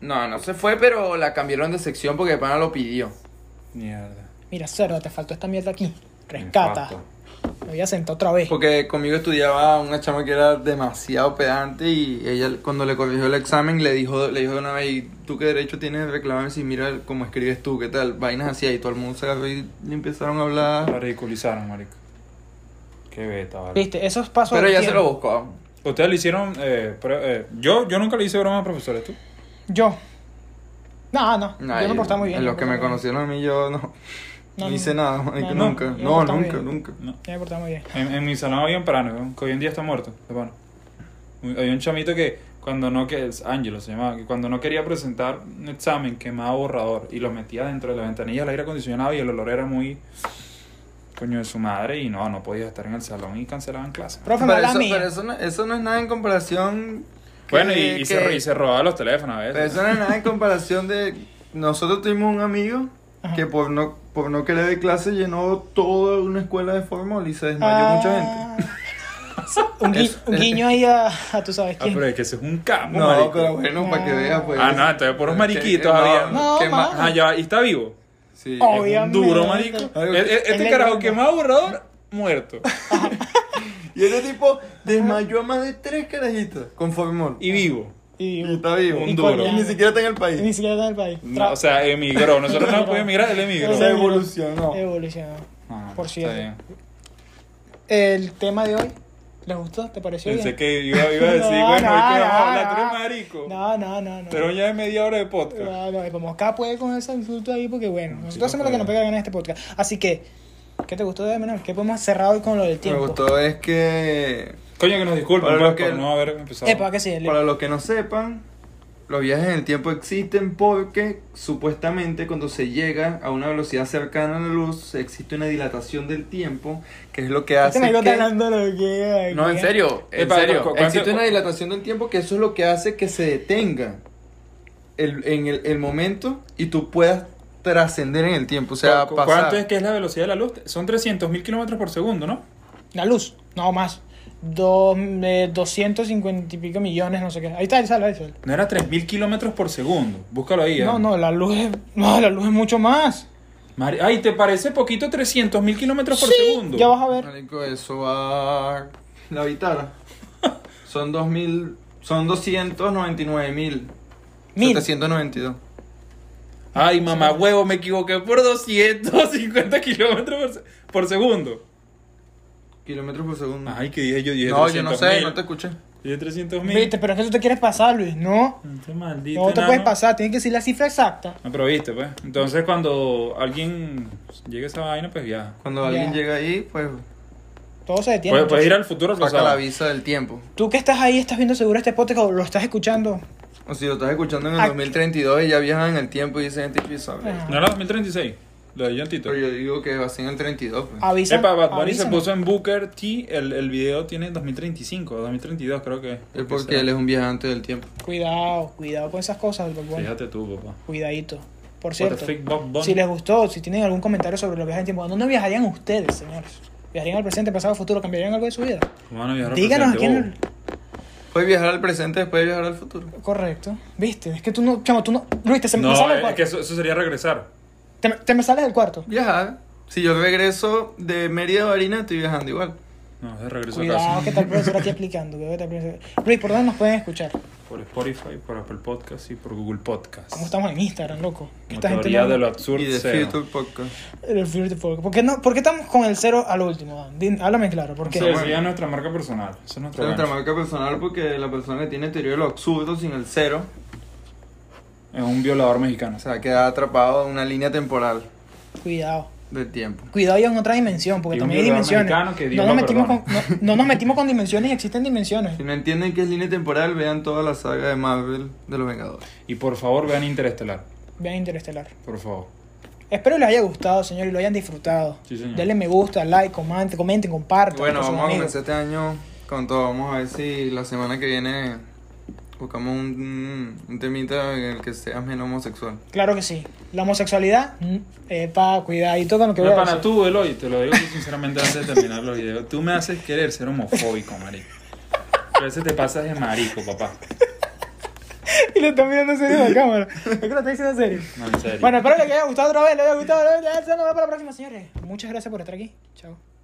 fue?
No, no se fue, pero la cambiaron de sección porque de pana lo pidió.
Mierda.
Mira, cerda, te faltó esta mierda aquí. Rescata.
Nefasto.
Me voy a sentar otra vez.
Porque conmigo estudiaba una chama que era demasiado pedante y ella cuando le corrigió el examen le dijo, le dijo de una vez, "¿Y ¿tú qué derecho tienes de reclamarme si mira cómo escribes tú, qué tal? Vainas así, y todo el mundo se agarró y le empezaron a
La
hablar.
ridiculizaron, marico. Qué beta, vale.
Viste, esos pasos.
Pero
del
ella se lo
tiempo.
buscó.
Ustedes le hicieron, eh, pre- eh, yo, yo nunca le hice broma a profesores, ¿tú?
Yo. No, ah, no.
No,
yo me portaba muy bien.
En
yo
los
portaba muy
que me
bien.
conocieron a mí yo no,
No,
no,
no,
hice
no.
nada, marico,
no,
nunca,
yo me
no,
portaba
nunca,
bien.
nunca.
No.
Yo me portaba muy bien.
En, en mi salón había un parano, weón, que hoy en día está muerto. de pana. Un- Había un chamito que, coño, Cuando no, que es Ángelo se llamaba, que cuando no quería presentar un examen quemaba borrador y lo metía dentro de la ventanilla del aire acondicionado y el olor era muy coño de su madre y no, no podía estar en el salón y cancelaban clases.
Profe,
Pero
no la
eso,
mía.
pero eso, no, eso no es nada en comparación. que-
Bueno, y, y
que-
se, y se robaba los teléfonos a veces.
Pero eso no es nada en comparación de. Nosotros tuvimos un amigo
Ajá.
que por no, por no querer de clase llenó toda una escuela de formol y se desmayó mucha gente.
Ah. *laughs* Un, gui-
Eso-
un guiño ahí a, a tú sabes
Ah,
quién.
pero es que ese es un campo,
No,
marico.
pero bueno, para que veas, pues.
Ah, no, entonces puros
Que- eh,
mariquitos
no,
había.
No,
que
ma.
ma-
Ah, ya, va, y está vivo.
Sí.
Oh.
Es un
Obviamente.
duro, marico.
Ay,
E- e-
es
Este
la
carajo
broma.
quemado borrador, muerto.
Y ese tipo desmayó a más de tres carajitas con formol.
Y vivo.
Y,
Y está vivo.
Un duro.
Y ni siquiera está en el
y ni
país.
siquiera está en el país.
No,
Tra-
o sea, emigró. Nosotros no podemos emigrar, él emigró.
Se evolucionó.
evolucionó.
Ah,
Por
está
cierto.
bien.
El tema de hoy, ¿les gustó? ¿Te pareció
Pensé
bien?
que iba,
*laughs*
iba a decir,
No,
bueno, hoy que
no,
vamos a
no,
hablar, tú eres
no.
marico.
No, no, no, no.
Pero ya es media hora de podcast.
No, no, y como acá puede con ese insulto ahí, porque bueno, nosotros
no
hacemos lo que
puede.
nos pega en este podcast. Así que, ¿qué te gustó de menor? ¿Qué podemos cerrar hoy con lo del
Me
tiempo?
gustó es que
Coño, que nos disculpen
Para
pues,
lo que-
por no haber empezado.
Epa, que sí, el-
Para los que no sepan, los viajes en el tiempo existen porque supuestamente cuando se llega a una velocidad cercana a la luz existe una dilatación del tiempo, que es lo que
Este
hace
me está
que...
hablando lo que...
No, en serio, en
Epa,
serio.
cu- cu-
Existe
cu-
una dilatación del tiempo que eso es lo que hace que se detenga el- en el, el momento y tú puedas trascender en el tiempo, o sea,
¿Cu- cu-
pasar.
¿Cuánto es que es la velocidad de la luz? Son 300.000 kilómetros por segundo, ¿no?
La luz, no más. Dos, eh, 250 y pico millones, no sé qué. Ahí está el sol, ahí está el sol.
No era 3.000 kilómetros por segundo. Búscalo ahí. ¿eh?
No, no, la luz es, no, la luz es mucho más.
Mari- Ay, ¿te parece poquito 300.000 kilómetros por
Sí,
segundo?
Ya vas a ver.
Marico, eso va...
*laughs*
La vitara. Son 2000... Son 299 mil.
Mil.
792.
Ay, mamá huevo, me equivoqué por 250 kilómetros por, se- por segundo.
Kilómetros por segundo.
Ay, que dije yo, dije
no, yo no sé,
300.000.
no te escuché.
Dije 300.000.
Viste, pero es que tú te quieres pasar, Luis, ¿no?
Este maldito
No te
enano.
puedes pasar, tienes que decir la cifra exacta.
No, pero viste, pues. Entonces, cuando alguien llegue a esa vaina, pues viaja.
Cuando
Ya.
alguien llega ahí, pues
Todo se detiene.
Puedes, puedes ir
muchacho.
al futuro, al
saca la
pasado.
visa del tiempo.
Tú que estás ahí, estás viendo seguro este podcast o lo estás escuchando.
O si lo estás escuchando en el
Aquí.
2032 y ya viajan en el tiempo y dicen gente que sabe.
Ah.
¿No era 2036? Lo de John Tito.
Pero yo digo que va a ser en el 32. pues.
Avisa.
Epa, Bad Bunny se
avísanos.
puso en Booker T. El, el video tiene 2035 o 2032, creo que.
Es porque él es un viajante del tiempo.
Cuidado, cuidado con esas cosas, Bad Bunny.
Fíjate tú, papá.
Cuidadito. Por
What the
cierto,
fuck, Bad Bunny.
si les gustó, si tienen algún comentario sobre los viajes en tiempo, ¿a dónde viajarían ustedes, señores? ¿Viajarían al presente, pasado, futuro? ¿Cambiarían algo de su vida?
¿Cómo van a viajar al
Díganos a
presente,
quién.
bobo?
Puedes viajar al presente, después viajar al futuro.
Correcto. ¿Viste? Es que tú no. Chamo, tú no. Luis, te, se me
No,
sales del
es
cuarto.
que eso, eso sería regresar.
Te, me- te me sales del cuarto.
Viajar. Si yo regreso de Mérida a Barinas, estoy viajando igual.
No, es de regreso a
Cuidado,
casa.
que tal profesor aquí aplicando. Cuidado, que tal profesor- Luis, ¿por dónde nos pueden escuchar?
Por Spotify, por Apple Podcast y por Google Podcast.
¿Cómo estamos en Instagram, loco? Que
Como
esta gente
teoría
no-
de lo
y
absurdo.
de
cero.
Future Podcast.
El Fear the Fork. ¿Por qué, no, ¿Por qué estamos con el cero al último? Dan? Din- háblame claro, ¿por qué?
Sí, eso ya es nuestra marca personal. Eso es
Es
nuestro
nuestra
brand.
marca personal porque la persona que tiene teoría de lo absurdo sin el cero,
Es un violador mexicano.
o sea, queda atrapado en una línea temporal
Cuidado.
del tiempo.
Cuidado y en otra dimensión, porque
Y un
también hay
violador
dimensiones.
mexicano que Dios
No nos,
lo
metimos con, no, no nos metimos con dimensiones y existen dimensiones.
Si no entienden qué es línea temporal, vean toda la saga de Marvel de los Vengadores.
Y por favor, vean Interestelar.
Vean Interestelar.
Por favor.
Espero les haya gustado, señor, y lo hayan disfrutado.
Sí, señor.
Denle me gusta, like, comente, comenten, compartan.
Bueno,
con sus
vamos a
Ah, amigos.
comenzar este año con todo. Vamos a ver si la semana que viene buscamos un, un temita en el que seas menos homosexual.
Claro que sí. La homosexualidad, mm, epa, cuidadito con lo que voy
No,
a
pana,
decir.
tú, Eloy, te lo digo sinceramente antes de terminar los videos. Tú me haces querer ser homofóbico, marico. A veces te pasas de marico, papá.
*laughs* Y le están mirando serio a la
*laughs*
cámara. Es que lo está diciendo serio.
No, en serio.
Bueno, espero que les haya gustado otra vez. Les haya gustado. Les haya gustado. Nos vemos para la próxima, señores. Muchas gracias por estar aquí. Chao.